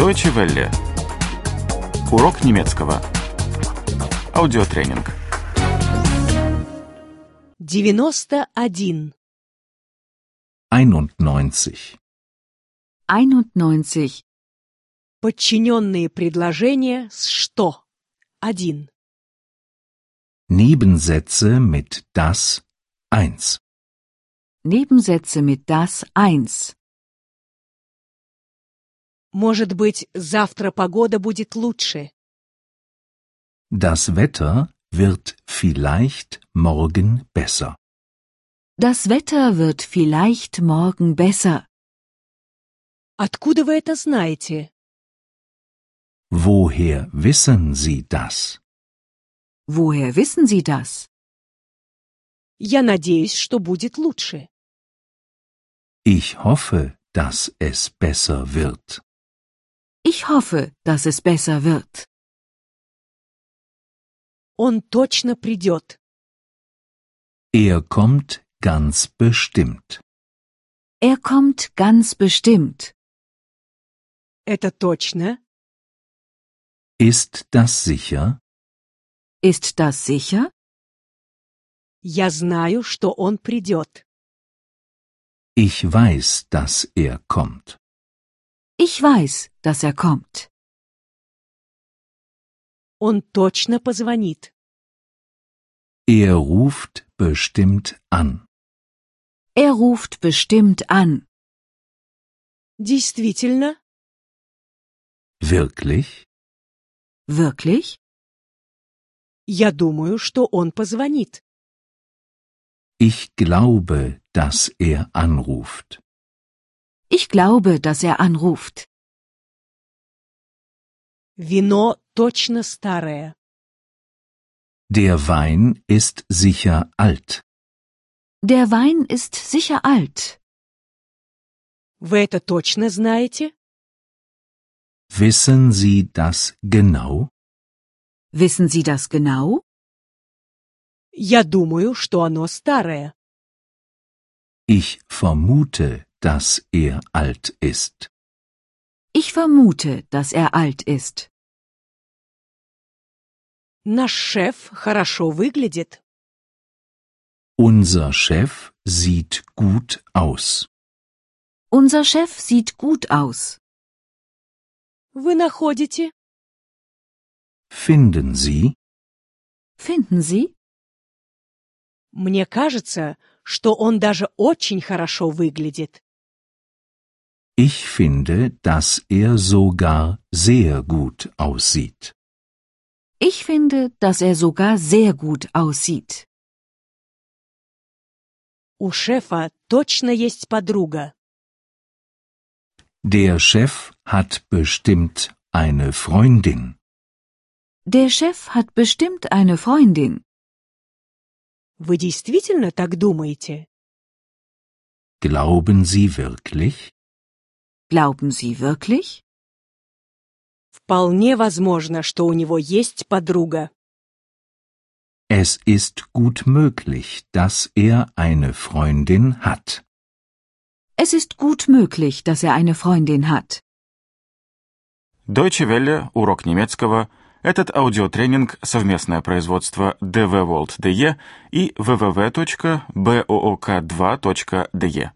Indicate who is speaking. Speaker 1: Deutsche Welle. Урок немецкого. Аудиотренинг.
Speaker 2: 91.
Speaker 3: 91.
Speaker 4: 91.
Speaker 2: Подчиненные предложения с «что». 1.
Speaker 3: Nebensätze mit das 1.
Speaker 4: Nebensätze mit das 1.
Speaker 2: Может быть, завтра погода будет лучше.
Speaker 3: Das Wetter wird vielleicht morgen besser.
Speaker 4: Das Wetter wird vielleicht morgen besser.
Speaker 2: Откуда вы это знаете?
Speaker 3: Woher wissen Sie das?
Speaker 4: Woher wissen Sie das?
Speaker 2: Я надеюсь, что будет лучше.
Speaker 3: Ich hoffe, dass es besser wird.
Speaker 4: Ich hoffe, dass es besser wird.
Speaker 2: Он точно придет.
Speaker 3: Er kommt ganz bestimmt.
Speaker 4: Er kommt ganz bestimmt.
Speaker 2: Это точно?
Speaker 3: Ist das sicher?
Speaker 4: Ist das sicher?
Speaker 2: Я знаю, что он придет.
Speaker 3: Ich weiß, dass er kommt.
Speaker 4: Ich weiß, dass er kommt.
Speaker 2: Он точно позвонит.
Speaker 3: Er ruft bestimmt an.
Speaker 4: Er ruft bestimmt an.
Speaker 2: Действительно?
Speaker 3: Wirklich?
Speaker 4: Wirklich?
Speaker 2: Я думаю, что он позвонит.
Speaker 3: Ich glaube, dass er anruft.
Speaker 4: Ich glaube, dass er anruft.
Speaker 2: Вино точно старое.
Speaker 3: Der Wein ist sicher alt.
Speaker 4: Der Wein ist sicher alt.
Speaker 2: Вы это точно знаете?
Speaker 3: Wissen Sie das genau?
Speaker 4: Wissen Sie das genau?
Speaker 2: Я думаю, что оно старое.
Speaker 3: Ich vermute, dass er alt ist.
Speaker 4: Ich vermute, dass er alt ist.
Speaker 2: Наш шеф хорошо выглядит.
Speaker 3: Unser Chef sieht gut aus.
Speaker 4: Unser Chef sieht gut aus.
Speaker 2: Вы находите?
Speaker 3: Finden Sie?
Speaker 4: Finden Sie?
Speaker 2: Мне кажется, что он даже очень хорошо выглядит.
Speaker 3: Ich finde, dass er sogar sehr gut aussieht.
Speaker 4: Ich finde, dass er sogar sehr gut aussieht.
Speaker 2: У шефа точно есть подруга.
Speaker 3: Der Chef hat bestimmt eine Freundin.
Speaker 4: Der Chef hat bestimmt eine Freundin.
Speaker 2: Вы действительно так думаете?
Speaker 3: Glauben Sie wirklich?
Speaker 4: Glauben Sie wirklich?
Speaker 2: Вполне возможно, что у него есть подруга.
Speaker 3: Es ist gut möglich, dass er eine Freundin hat.
Speaker 4: Es ist gut möglich, dass er eine Freundin hat.
Speaker 1: Deutsche Welle. Урок немецкого. Этот аудиотренинг – совместное производство DW World DE и www.book2.de.